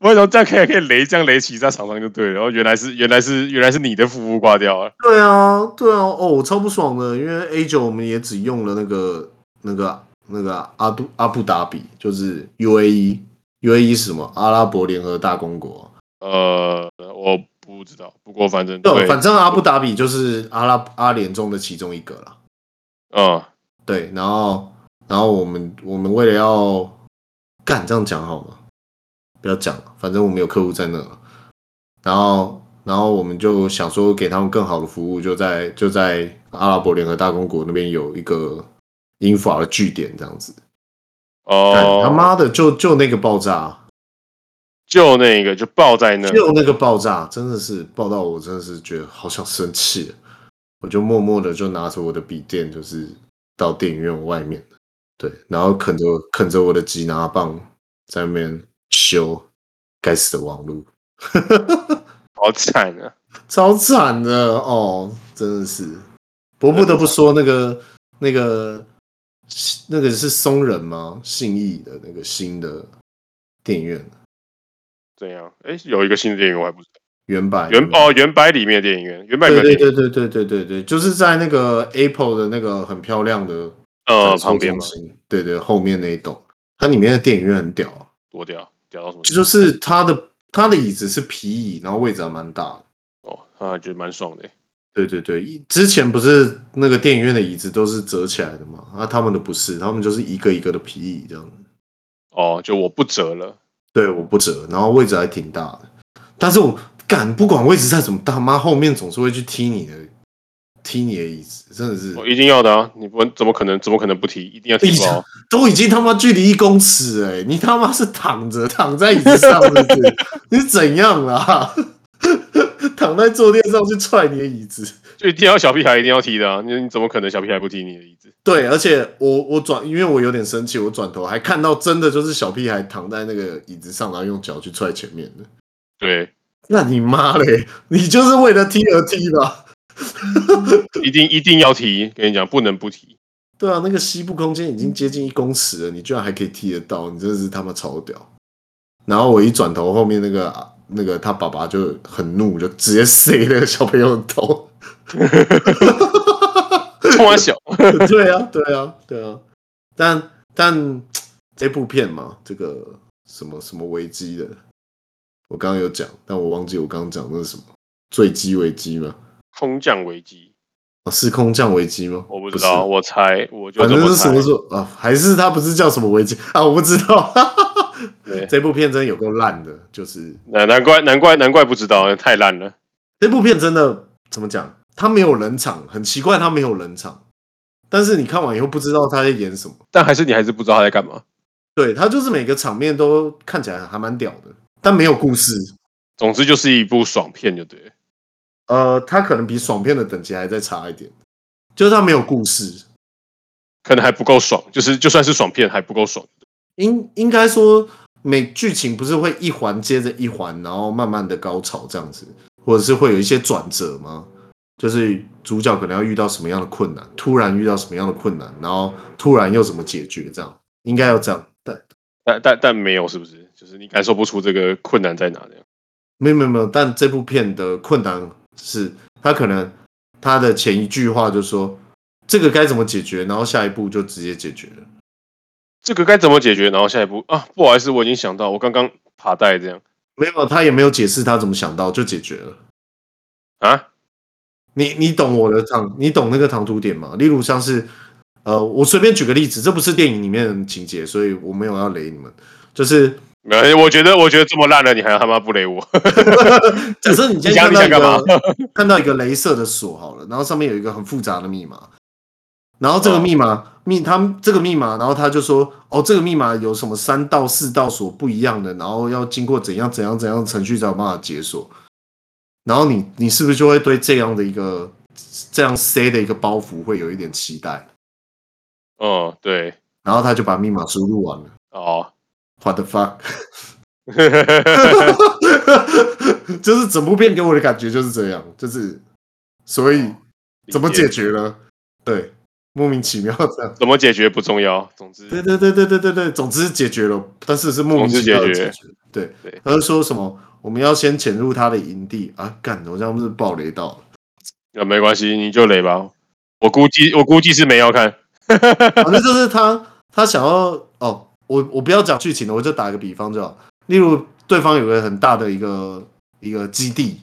Speaker 2: 为什么这样可以可以雷这样雷起在场上就对了？然后原来是原来是原来是你的服务挂掉了，
Speaker 1: 对啊，对啊，哦，我超不爽的，因为 A 九我们也只用了那个那个那个阿杜阿布达比，就是 UAE。UAE E 是什么？阿拉伯联合大公国。
Speaker 2: 呃，我不知道，不过反正
Speaker 1: 对，
Speaker 2: 对，
Speaker 1: 反正阿布达比就是阿拉阿联中的其中一个啦。
Speaker 2: 嗯，
Speaker 1: 对，然后然后我们我们为了要干这样讲好吗？不要讲了，反正我们有客户在那了。然后然后我们就想说给他们更好的服务，就在就在阿拉伯联合大公国那边有一个英法的据点这样子。干
Speaker 2: 哦，
Speaker 1: 他妈的就就那个爆炸，啊
Speaker 2: 就那个就爆在那，
Speaker 1: 就那个爆炸，真的是爆到我真的是觉得好想生气。我就默默的就拿着我的笔电，就是到电影院外面，对，然后啃着啃着我的吉拿棒在那边修该死的网路，
Speaker 2: 好惨啊！
Speaker 1: *laughs* 超惨的哦，真的是，我不得不说那个那个那个是松仁吗？信义的那个新的电影院
Speaker 2: 怎样？哎，有一个新的电影院我还不知道，
Speaker 1: 原版
Speaker 2: 原哦原白里面的电影院，原白里
Speaker 1: 对
Speaker 2: 面的
Speaker 1: 对
Speaker 2: 电影院
Speaker 1: 对对对对对对，就是在那个 Apple 的那个很漂亮的
Speaker 2: 呃
Speaker 1: 展示
Speaker 2: 旁边
Speaker 1: 中
Speaker 2: 嘛，
Speaker 1: 心对对，后面那一栋，它里面的电影院很屌啊、
Speaker 2: 多屌屌到什么地步？
Speaker 1: 就是它的它的椅子是皮椅，然后位置还蛮大的。
Speaker 2: 哦，啊，觉得蛮爽的。
Speaker 1: 对对对，一之前不是那个电影院的椅子都是折起来的嘛？啊，他们的不是，他们就是一个一个的皮椅这样。
Speaker 2: 哦，就我不折了，
Speaker 1: 对，我不折，然后位置还挺大的，但是我敢不管位置再怎么大，妈后面总是会去踢你的，踢你的椅子，真的是
Speaker 2: 我、一定要的啊！你不怎么可能怎么可能不踢？一定要踢
Speaker 1: 地
Speaker 2: 爆
Speaker 1: 上！都已经他妈距离一公尺哎、你他妈是躺着躺在椅子上是不是？你是怎样啊？ *laughs* 躺在坐垫上去踹你的椅子？
Speaker 2: 就一定要小屁孩一定要踢的啊！你你怎么可能小屁孩不踢你的椅子？
Speaker 1: 对，而且我我转，因为我有点生气，我转头还看到真的就是小屁孩躺在那个椅子上，然后用脚去踹前面的。
Speaker 2: 对，
Speaker 1: 那你妈嘞！你就是为了踢而踢吧？
Speaker 2: 一定一定要踢！跟你讲，不能不踢。
Speaker 1: 对啊，那个西部空间已
Speaker 2: 嗯
Speaker 1: 经接近一公尺了，你居然还可以踢得到，你真的是他妈超屌！然后我一转头，后面那个那个他爸爸就很怒，就直接塞那个小朋友的
Speaker 2: *laughs*
Speaker 1: 头。
Speaker 2: 冲完小，
Speaker 1: 对啊，对啊，对啊。但但这部片嘛，这个什么什么危机的，我刚刚有讲，但我忘记我刚刚讲的是什么坠机危机吗？
Speaker 2: 空降危机，
Speaker 1: 啊，是空降危机吗？
Speaker 2: 我不
Speaker 1: 不
Speaker 2: 知
Speaker 1: 是
Speaker 2: 道，我猜，我就
Speaker 1: 反
Speaker 2: 这
Speaker 1: 正
Speaker 2: 么
Speaker 1: 是什
Speaker 2: 猜
Speaker 1: 么。时候啊？还是他不是叫什么危机啊？我不知道。*laughs*
Speaker 2: 对，
Speaker 1: 这部片真的有够烂的，就是
Speaker 2: 难难怪难怪难怪不知道，太烂了。
Speaker 1: 这部片真的怎么讲？他没有冷场，很奇怪，他没有冷场。但是你看完以后不知道他在演什么，
Speaker 2: 但还是你还是不知道他在干嘛。
Speaker 1: 对他就是每个场面都看起来还蛮屌的，但没有故事。
Speaker 2: 总之就是一部爽片，就对了。
Speaker 1: 呃，他可能比爽片的等级还再差一点，就是他没有故事。
Speaker 2: 可能还不够爽，就是就算是爽片还不够爽。
Speaker 1: 应应该说，每剧情不是会一环接着一环，然后慢慢的高潮这样子，或者是会有一些转折吗？就是主角可能要遇到什么样的困难，突然遇到什么样的困难，然后突然又怎么解决？这样应该要这样，但
Speaker 2: 但但但没有，是不是？就是你感受不出这个困难在哪里。
Speaker 1: 没有没有没有，但这部片的困难是，他可能他的前一句话就说这个该怎么解决，然后下一步就直接解决了。
Speaker 2: 这个该怎么解决？然后下一步啊，不好意思，我已经想到，我刚刚爬带这样
Speaker 1: 没有，他也没有解释他怎么想到就解决了。
Speaker 2: 啊，
Speaker 1: 你你懂我的唐，你懂那个唐突点吗？例如像是，呃，我随便举个例子，这不是电影里面的情节，所以我没有要雷你们。就是
Speaker 2: 没有，我觉得我觉得这么烂了，你还他妈不雷我？
Speaker 1: 假设你今天
Speaker 2: 你
Speaker 1: 看到
Speaker 2: 想
Speaker 1: 一
Speaker 2: 你想干
Speaker 1: 个 *laughs* 看到一个镭射的锁好了，然后上面有一个很复杂的密码，然后这个
Speaker 2: 哦
Speaker 1: 密码密他这个密码，然后他就说哦，这个密码有什么三到四道锁不一样的，然后要经过怎样怎样怎样的程序才有办法解锁。然后你你是不是就会对这样的一个这样塞的一个包袱会有一点期待？
Speaker 2: 嗯，对，
Speaker 1: 然后他就把密码输入完了。
Speaker 2: 哦，
Speaker 1: What the fuck？就是整部片给我的感觉就是这样，就是所以怎么解决呢？对，莫名其妙这样。
Speaker 2: *laughs* 怎么解决不重要，总之
Speaker 1: 对对对对对对对，总之解决了，但是是莫名其妙的解
Speaker 2: 总之
Speaker 1: 决。对
Speaker 2: 对，
Speaker 1: 他就说什么我们要先潜入他的营地啊，干，我这样是不是暴雷到了。
Speaker 2: 那、呃没关系，你就雷吧。我估计我估计是没要看，
Speaker 1: 反正就是他他想要哦，我我不要讲剧情了，我就打个比方就好。例如对方有个很大的一个一个基地，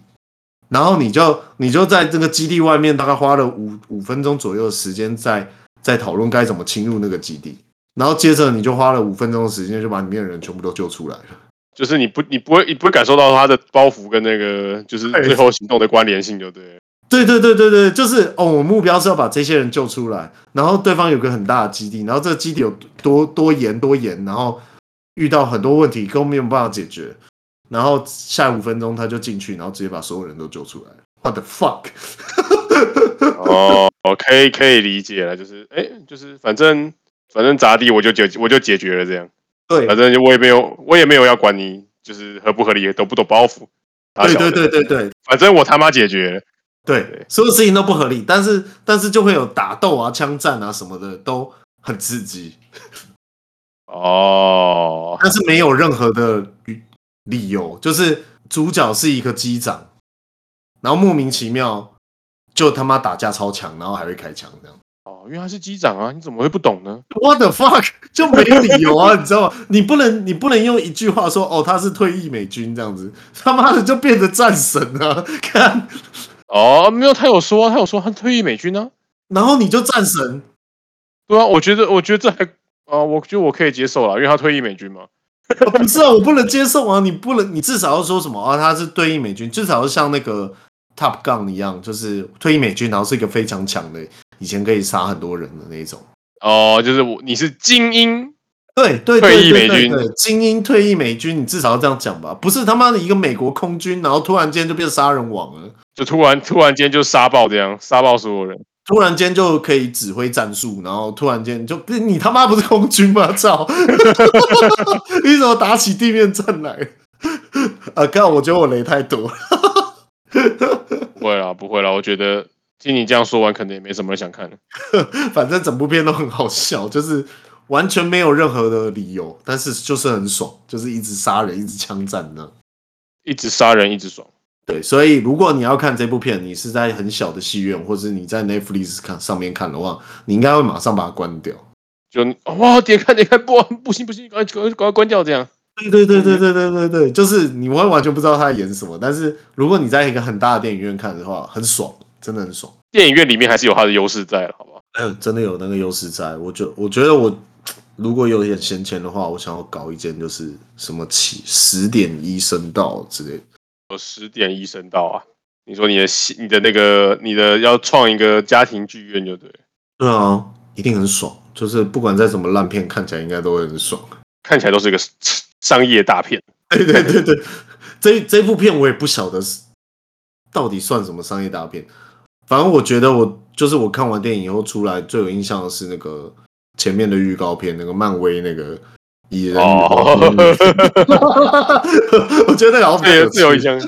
Speaker 1: 然后你就你就在这个基地外面大概花了五五分钟左右的时间在在讨论该怎么侵入那个基地，然后接着你就花了五分钟的时间就把里面的人全部都救出来了。
Speaker 2: 就是你不你不会你不会感受到他的包袱跟那个就是
Speaker 1: 对
Speaker 2: 最后行动的关联性，就对了。
Speaker 1: 对对对对对，就是哦，我目标是要把这些人救出来，然后对方有个很大的基地，然后这个基地有多多严多严，然后遇到很多问题都没有办法解决，然后下五分钟他就进去，然后直接把所有人都救出来， what the fuck？ *laughs*
Speaker 2: 哦，可以可以理解了，就是哎、就是反正反正咋地我就解我就解决了这样，
Speaker 1: 对
Speaker 2: 反正我也没有我也没有要管你就是合不合理都不懂包袱，大
Speaker 1: 对
Speaker 2: 小的
Speaker 1: 对对对对
Speaker 2: 反正我他妈解决了，
Speaker 1: 对，所有事情都不合理，但是但是就会有打斗啊、枪战啊什么的，都很刺激，
Speaker 2: 哦，
Speaker 1: 但是没有任何的理理由，就是主角是一个机长，然后莫名其妙就他妈打架超强，然后还会开枪这样。
Speaker 2: 哦，因为他是机长啊，你怎么会不懂呢？
Speaker 1: What the fuck *laughs* 就没理由啊，你知道吗？你不能你不能用一句话说哦他是退役美军这样子，他妈的就变成战神啊！ *laughs* 看，
Speaker 2: 哦，没有，他有说，他有说他退役美军呢、
Speaker 1: 然后你就战神，
Speaker 2: 对啊，我觉得，我觉得这还啊、我觉得我可以接受了，因为他退役美军嘛。
Speaker 1: 哦 *laughs* 不是啊，我不能接受啊！你不能，你至少要说什么啊？他是退役美军，至少要像那个 Top Gun 一样，就是退役美军，然后是一个非常强的，以前可以杀很多人的那一种。
Speaker 2: 哦，就是我你是精英，
Speaker 1: 对对
Speaker 2: 退
Speaker 1: 对
Speaker 2: 役
Speaker 1: 对
Speaker 2: 美
Speaker 1: 对
Speaker 2: 军
Speaker 1: 对，精英退役美军，你至少要这样讲吧？不是他妈的一个美国空军，然后突然间就变杀人王了，
Speaker 2: 就突然突然间就杀爆这样，杀爆所有人。
Speaker 1: 突然间就可以指挥战术，然后突然间就不是你他妈不是空军吗？ *laughs* 操！你怎么打起地面战来？ *laughs* 啊，靠！我觉得我雷太多了。
Speaker 2: 不会啦，不会啦，我觉得听你这样说完，可能也没什么人想看了。
Speaker 1: 反正整部片都很好笑，就是完全没有任何的理由，但是就是很爽，就是一直杀人，一直枪战呢。
Speaker 2: 一直杀人，一直爽。
Speaker 1: 对，所以如果你要看这部片，你是在很小的戏院，或者你在 Netflix 看上面看的话，你应该会马上把它关掉。
Speaker 2: 就你哦哇，点开点开，不不行不行，赶快赶快赶快关掉这样。
Speaker 1: 对对对对对对对对，就是你会完全不知道他在演什么，但是如果你在一个很大的电影院看的话，很爽，真的很爽。
Speaker 2: 电影院里面还是有它的优势在了，好不好？
Speaker 1: 嗯， *clears throat* 真的有那个优势在。我觉我觉得我如果有点闲钱的话，我想要搞一间就是什么起十点医生道之类的。
Speaker 2: 有十点医生到啊。你说你的戏你的那个你的要创一个家庭剧院就对了，
Speaker 1: 对啊，一定很爽。就是不管再怎么烂片，看起来应该都会很爽。
Speaker 2: 看起来都是一个商业大片。
Speaker 1: 对对对对，这这部片我也不晓得是到底算什么商业大片。反正我觉得我就是我看完电影以后出来最有印象的是那个前面的预告片，那个漫威那个蚁人。
Speaker 2: 哦，
Speaker 1: 我觉得那个好像比较
Speaker 2: 这
Speaker 1: 有
Speaker 2: 自由
Speaker 1: 趣
Speaker 2: 一
Speaker 1: *laughs*
Speaker 2: 箱，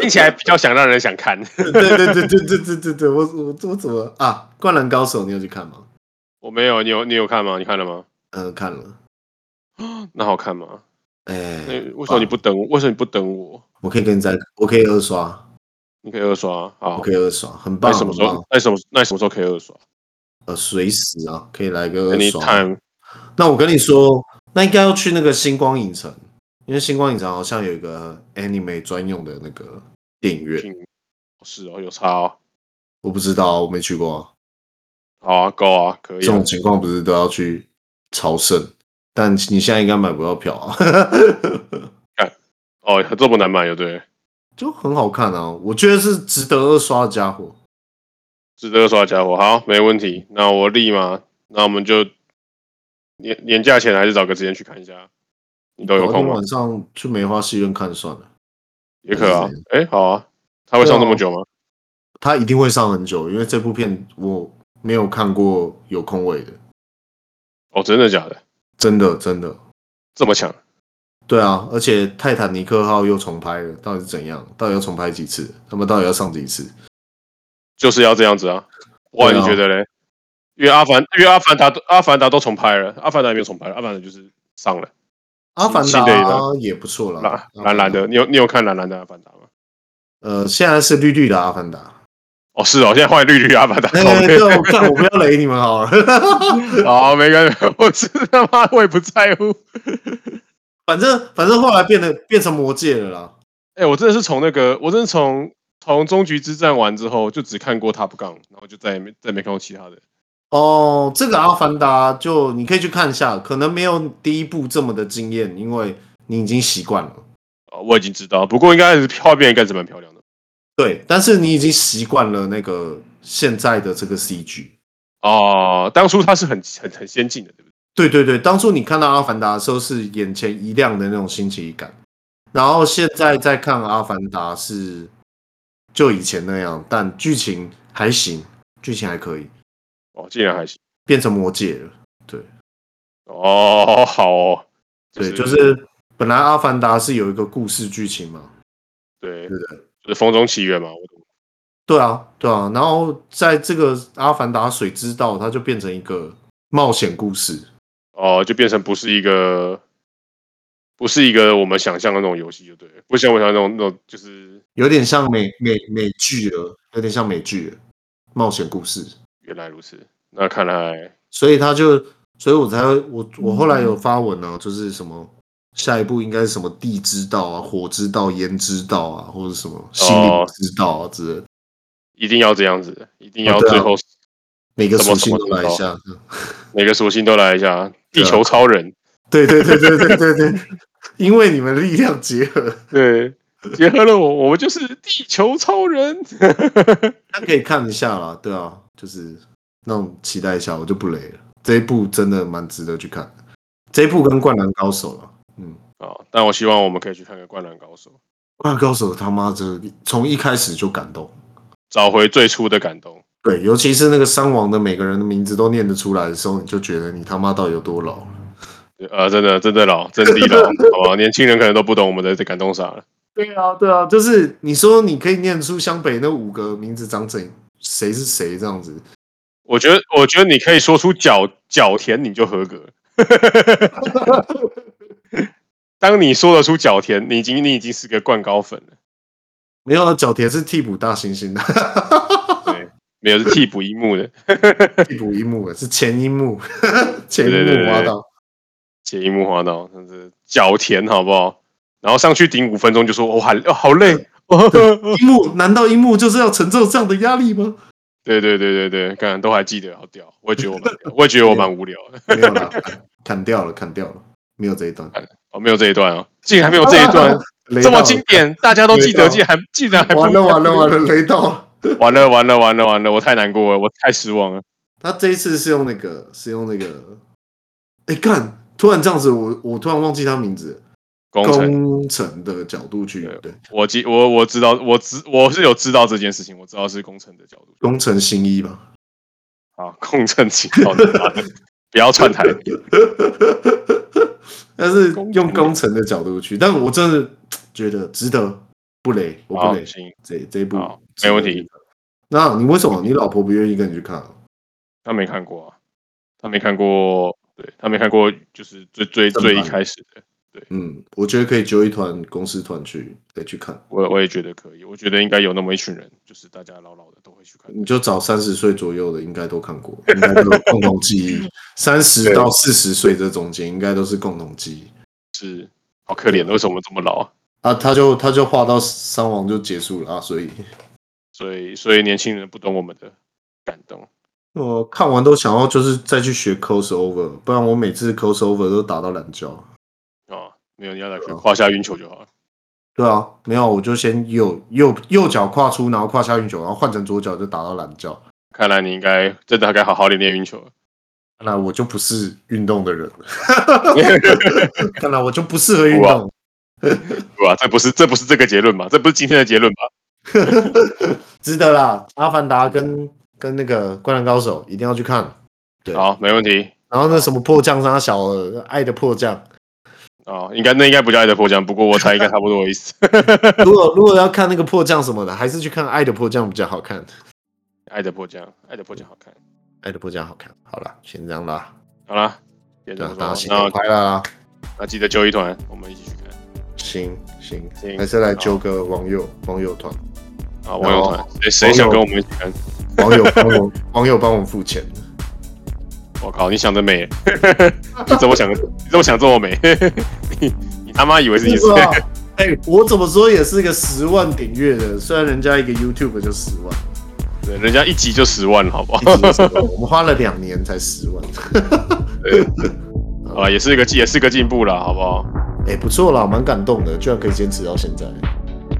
Speaker 2: 听起来比较想让人想看。
Speaker 1: 对对对对对对对对，我我我怎么啊？《灌篮高手》你有去看吗？
Speaker 2: 我没有，你有你有看吗？你看了吗？
Speaker 1: 嗯、看了。
Speaker 2: 那好看吗？
Speaker 1: 哎、
Speaker 2: 那为什么你不等我？为什么你不等我？
Speaker 1: 我可以跟你再，我可以二刷，
Speaker 2: 你可以二刷啊
Speaker 1: 我！可以二刷，很棒，
Speaker 2: 那什么时
Speaker 1: 很
Speaker 2: 候
Speaker 1: 棒？？
Speaker 2: 那什么？那什么时候可以二刷
Speaker 1: 呃，随时啊，可以来个二刷。
Speaker 2: ？Anytime。哦
Speaker 1: 那我跟你说，那应该要去那个星光影城，因为星光影城好像有一个 anime 专用的那个电影院，
Speaker 2: 是哦，有差哦。
Speaker 1: 我不知道，我没去过啊、
Speaker 2: 好啊，够啊，可
Speaker 1: 这
Speaker 2: 以啊
Speaker 1: 种。情况不是都要去朝圣？但你现在应该买不到票啊。 *laughs*
Speaker 2: 哦，这么难买就对了，
Speaker 1: 就很好看啊，我觉得是值得二刷的家伙。
Speaker 2: 值得二刷的家伙。好，没问题。那我立马，那我们就年年假前还是找个时间去看一下。你都有
Speaker 1: 昨天
Speaker 2: 空啊吗？
Speaker 1: 晚上去梅花戏院看算了，
Speaker 2: 也可啊
Speaker 1: 还是怎。
Speaker 2: 哎，好啊。他会上这么久吗？
Speaker 1: 他一定会上很久，因为这部片我没有看过有空位的，
Speaker 2: 哦，真的假的？
Speaker 1: 真的真的。
Speaker 2: 这么强？
Speaker 1: 对啊，而且《泰坦尼克号》又重拍了，到底是怎样？到底要重拍几次？他们到底要上几次？
Speaker 2: 就是要这样子啊！哇，
Speaker 1: 对啊
Speaker 2: 你觉得嘞？因为阿凡，因为阿凡达都，阿凡达都重拍了，阿凡达也没有重拍了，阿凡达就是上了
Speaker 1: 《阿凡
Speaker 2: 新
Speaker 1: 达
Speaker 2: 的一个》
Speaker 1: 也不错啦，
Speaker 2: 蓝
Speaker 1: 阿
Speaker 2: 蓝
Speaker 1: 凡达
Speaker 2: 蓝的。。你有你有看蓝蓝的阿凡达吗？
Speaker 1: 呃，现在是绿绿的《阿凡
Speaker 2: *laughs*
Speaker 1: 达》
Speaker 2: 哦，是哦，现在换绿绿阿凡达。
Speaker 1: 哎。
Speaker 2: 靠
Speaker 1: 对，我看我不要雷你们好了。 *laughs*
Speaker 2: 好，没关系，我是他妈我也不在乎。
Speaker 1: 反正反正后来变得变成魔戒了啦。
Speaker 2: 哎、我真的是从那个，我真的从从终局之战完之后，就只看过 Top Gun，然后就再也没再也没看过其他的。
Speaker 1: 哦，这个《阿凡达》就你可以去看一下，可能没有第一部这么的惊艳，因为你已经习惯了。
Speaker 2: 哦，我已经知道，不过应该是画面应该是蛮漂亮的。
Speaker 1: 对，但是你已经习惯了那个现在的这个 CG。
Speaker 2: 哦，当初它是很很很先进的，对不
Speaker 1: 对
Speaker 2: 对？
Speaker 1: 对对，当初你看到《阿凡达》的时候是眼前一亮的那种新奇感，然后现在再看《阿凡达》是就以前那样，但剧情还行，剧情还可以，
Speaker 2: 哦，竟然还行
Speaker 1: 变成魔戒了。
Speaker 2: 哦，好哦，
Speaker 1: 对，就是本来《阿凡达》是有一个故事剧情嘛，对
Speaker 2: 对，
Speaker 1: 不
Speaker 2: 就
Speaker 1: 对？
Speaker 2: 是《风中奇缘》嘛，我懂
Speaker 1: 对啊，对啊，然后在这个《阿凡达：水之道》，它就变成一个冒险故事。
Speaker 2: 哦，就变成不是一个，不是一个我们想象的那种游戏，就对了，不像我想象那种那种就是
Speaker 1: 有点像美美美剧了，有点像美剧了，冒险故事。
Speaker 2: 原来如此。那看来
Speaker 1: 所以他就，所以我才会，我我后来有发文啊，就是什么下一步应该是什么地之道啊、火之道、烟之道啊，或者什么心灵之道啊之类的，
Speaker 2: 一定要这样子，一定要
Speaker 1: 哦对啊
Speaker 2: 最后
Speaker 1: 每个属性都来一下。
Speaker 2: 每个属性都来一下，地球超人，
Speaker 1: 对对对对对对对， *laughs* 因为你们的力量结合，
Speaker 2: 对，结合了我，我们就是地球超 *laughs* 人。
Speaker 1: 大家可以看一下啦，对啊，就是那种期待一下，我就不雷了。这一部真的蛮值得去看的，这一部跟《灌篮高手》了，嗯。
Speaker 2: 啊！但我希望我们可以去看看《灌篮高手》，
Speaker 1: 灌篮高手他妈的从一开始就感动，
Speaker 2: 找回最初的感动。
Speaker 1: 对，尤其是那个三王的每个人的名字都念得出来的时候，你就觉得你他妈到底有多老？
Speaker 2: 呃，真的，真的 *laughs* 老，真的老，好吧？年轻人可能都不懂我们的感动啥了。
Speaker 1: 对啊，对啊，就是你说你可以念出湘北那五个名字长怎谁是谁这样子，
Speaker 2: 我觉得，我觉得你可以说出角角田，你就合格。 *laughs* 当你说得出角田，你已经你已经是个灌高粉了，
Speaker 1: 没有啊角田是替补大猩猩的， *laughs*
Speaker 2: 没有是替补一幕的
Speaker 1: 替补一幕的是前一幕， *laughs* 前一
Speaker 2: 对对对
Speaker 1: 幕
Speaker 2: 对
Speaker 1: 挖到，
Speaker 2: 前一幕滑倒，但是角田好不好？然后上去顶五分钟就说我喊、哦、好累，
Speaker 1: 一幕难道一幕就是要承受这样的压力吗？
Speaker 2: 对对对对对，刚都还记得，好屌！我也觉得我蛮
Speaker 1: *laughs*
Speaker 2: 屌，我也觉得我蛮无聊的。
Speaker 1: 没有
Speaker 2: *laughs*
Speaker 1: 啦，砍掉了，砍掉了，没有这一段，
Speaker 2: 哦，没有这一段哦，竟然还没有这一段，
Speaker 1: *laughs* 雷
Speaker 2: 这么
Speaker 1: 到
Speaker 2: 经
Speaker 1: 了，
Speaker 2: 典，大家都记
Speaker 1: 雷到
Speaker 2: 得，竟然还竟然还不
Speaker 1: 完了完了完了，雷到了。
Speaker 2: *laughs* 完了完了完了完了，我太难过了，我太失望了。
Speaker 1: 他这一次是用那个，是用那个，哎、干！突然这样子，我我突然忘记他名字了，
Speaker 2: 工程，
Speaker 1: 工程的角度去对
Speaker 2: 我记我我知道，我知我是有知道这件事情，我知道是工程的角度
Speaker 1: 工程新一吧。
Speaker 2: 啊，工程请到你
Speaker 1: *laughs*
Speaker 2: 妈的，不要串台。
Speaker 1: 但是
Speaker 2: 工程
Speaker 1: 用工程的角度去，但我真的觉得值得，不雷，我
Speaker 2: 好
Speaker 1: 不，雷
Speaker 2: 行，
Speaker 1: 这这一部
Speaker 2: 好没问题。
Speaker 1: 那你为什么你老婆不愿意跟你去看啊？
Speaker 2: 他没看过啊，他没看过，对他没看过，就是最最
Speaker 1: 正
Speaker 2: 最一
Speaker 1: 版
Speaker 2: 开始的，
Speaker 1: 嗯，我觉得可以揪一团公司团去，再去看。
Speaker 2: 我我也觉得可以，我觉得应该有那么一群人，就是大家老老的都会去看。
Speaker 1: 你就找三十岁左右的，应该都看过，应该都有共同记
Speaker 2: *laughs*
Speaker 1: 忆。三十
Speaker 2: 对
Speaker 1: 到四十岁这中间，应该都是共同记忆。
Speaker 2: 是好可怜，为什么这么老啊？
Speaker 1: 啊，他就他就画到三王就结束了啊，所以
Speaker 2: 所以所以年轻人不懂我们的感动。
Speaker 1: *laughs* 我看完都想要就是再去学 crossover，不然我每次 crossover 都打到懒觉。
Speaker 2: 啊，没有，你要来
Speaker 1: 嗯
Speaker 2: 去胯下运球就好了。
Speaker 1: 对啊，没有，我就先右右右脚跨出，然后胯下运球，然后换成左脚就打到懒觉。
Speaker 2: 看来你应该真的该好好练练运球了。
Speaker 1: 看来我就不是运动的 *laughs* 人，看来我就不适合运动。
Speaker 2: 对吧？这不是这不是这个结论吧？这不是今天的结论吧？
Speaker 1: 值得啦，《阿凡达》跟跟那个《灌篮高手》一定要去看。对
Speaker 2: 好，没问题
Speaker 1: 然后那什么迫降杀小的，爱的迫降。
Speaker 2: 啊，应该那应该不叫爱的迫降，不过我猜应该差不多的意思。 *laughs*
Speaker 1: 如果如果要看那个迫降什么的，还是去看《爱的迫降》比较好看。《
Speaker 2: 爱的迫降，爱的迫降好看。
Speaker 1: 爱的迫降》好看。好了，先这样啦，
Speaker 2: 好啦，别这
Speaker 1: 对啊
Speaker 2: 么，
Speaker 1: 大家
Speaker 2: 说
Speaker 1: 新
Speaker 2: 那
Speaker 1: 年快乐啊啦！
Speaker 2: 那记得揪一团，我们一起去看
Speaker 1: 行行
Speaker 2: 行，
Speaker 1: 还是来揪个网友网友团，
Speaker 2: 啊！
Speaker 1: 哦
Speaker 2: 网友团，谁谁
Speaker 1: 网友
Speaker 2: 想跟我们一起看？
Speaker 1: 网友帮我网友帮我付钱。
Speaker 2: 我靠，你想得美！ *laughs* 你怎么想？你怎么想这么美？ *laughs* 你你他妈以为是你
Speaker 1: 是
Speaker 2: 是？
Speaker 1: 吧？哎、我怎么说也是个十万订阅的，虽然人家一个 YouTube 就十万，
Speaker 2: 对，人家一集就十万，好不 *laughs* 好？
Speaker 1: 一集就10万我们花了两年才十万。
Speaker 2: 啊，也是一个也是个进步了，好不好？
Speaker 1: 哎、不错啦，蛮感动的，居然可以坚持到现在。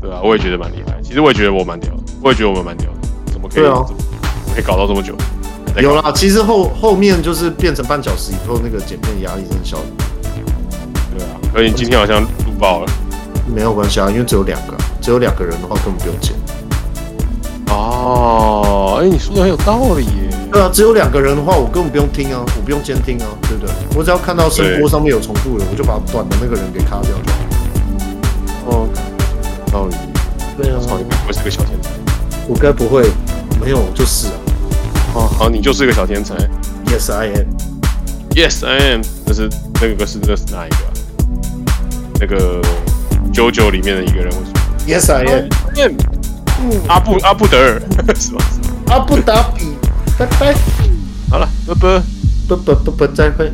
Speaker 2: 对啊，我也觉得蛮厉害。其实我也觉得我蛮屌的，我也觉得我们蛮屌的，怎么可以？
Speaker 1: 对啊
Speaker 2: 怎么可以搞到这么久？在
Speaker 1: 有
Speaker 2: 搞
Speaker 1: 啦，其实后后面就是变成半小时以后，那个剪片压力很小，
Speaker 2: 对啊，可是你今天好像录爆了，
Speaker 1: 啊没有关系啊，因为只有两个，只有两个人的话根本不用剪。哦
Speaker 2: 哎、你说的很有道理耶。
Speaker 1: 对啊，只有两个人的话，我根本不用听啊，我不用监听啊，对不对？我只要看到声波上面有重复的，我就把短的那个人给卡掉就好。
Speaker 2: 哦，有道理。
Speaker 1: 对啊
Speaker 2: 我操，你不是个小天才。
Speaker 1: 我该不会没有就是啊
Speaker 2: 哦，好，你就是个小天才。
Speaker 1: ，Yes I am。
Speaker 2: Yes, I am。那是那个是那是哪一个、啊？那个 JoJo 里面的一个人会说
Speaker 1: Yes I am，
Speaker 2: I am。阿布阿布德尔 *laughs* 是吧？是吧
Speaker 1: 啊阿布达比，拜拜，
Speaker 2: 好了，拜拜。
Speaker 1: 不不不不，再会。